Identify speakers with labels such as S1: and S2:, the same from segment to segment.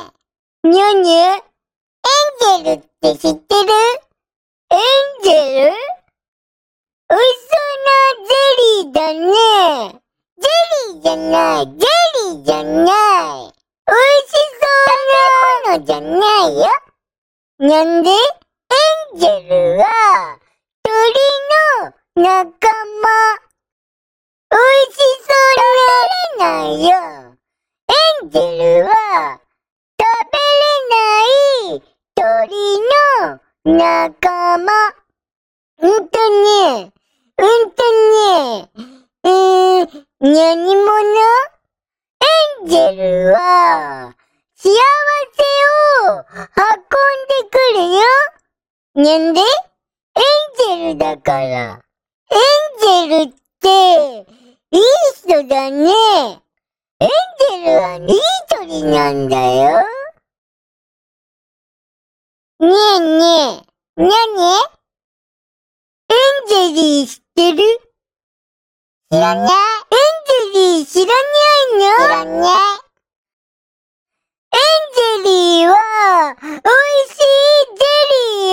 S1: にゅにゅ、エンジェルって知ってるエンジェル嘘のゼリーだね。ゼリーじゃない、ゼリーじゃない。美味しそうなものじゃないよ。なんでエンジェルは鳥の仲間。美味しそうなれないよ。エンジェルは食べれない鳥の仲間。うんとね、うんとね、うーん、何者エンジェルは幸せを運んでくるよ。なんでエンジェルだから。エンジェルっていい人だね。エンジェルはニートリなんだよ。ねえねえ、なにエンジェリー知ってる知らない。エンジェリー知らないの知らない。エンジェリーは、美味しいゼ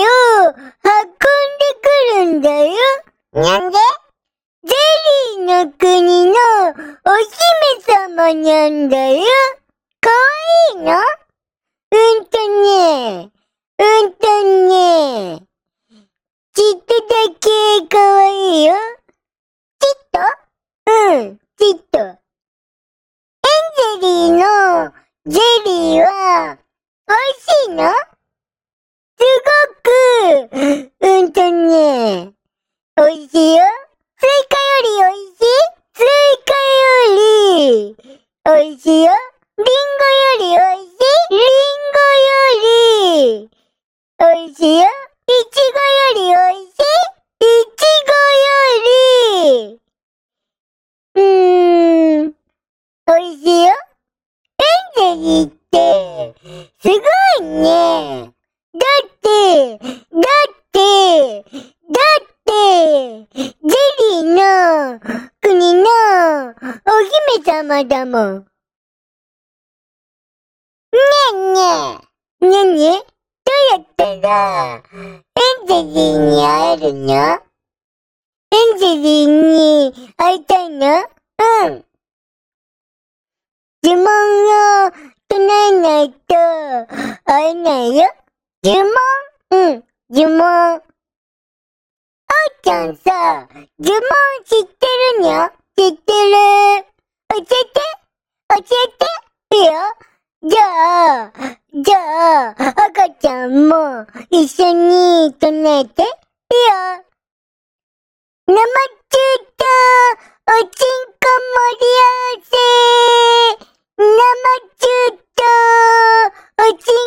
S1: リーを運んでくるんだよ。なんでゼリーの国のお姫様なんだよ。かわいいのうんとね、うんとね、ちっとだけかわいいよ。ちっとうん、ちっと。エンジェリーのゼリーは美味しいのすごく、うんとね、美味しいよ。スイカより美味しいスイカより美味しいよ。リンゴより美味しいリンゴより美味しいよ。いちごより美味しいいちごより。うーん。美味しいよ。エンゼリーって、すごいね。だって、だって、だって、ゼリーの国のお姫様だもん。ねえねえ。ねえねえ。どうやったら、エンゼリーに会えるのエンゼリーに会いたいのうん。呪文を唱えないと会えないよ。呪文うん、呪文。ちゃんさ、呪文知ってるにゃ知ってる。教えて教えていいよじゃあ、じゃあ、赤ちゃんも一緒に唱えて。いいよ生中とおちんこ盛り合わせ生中とおちん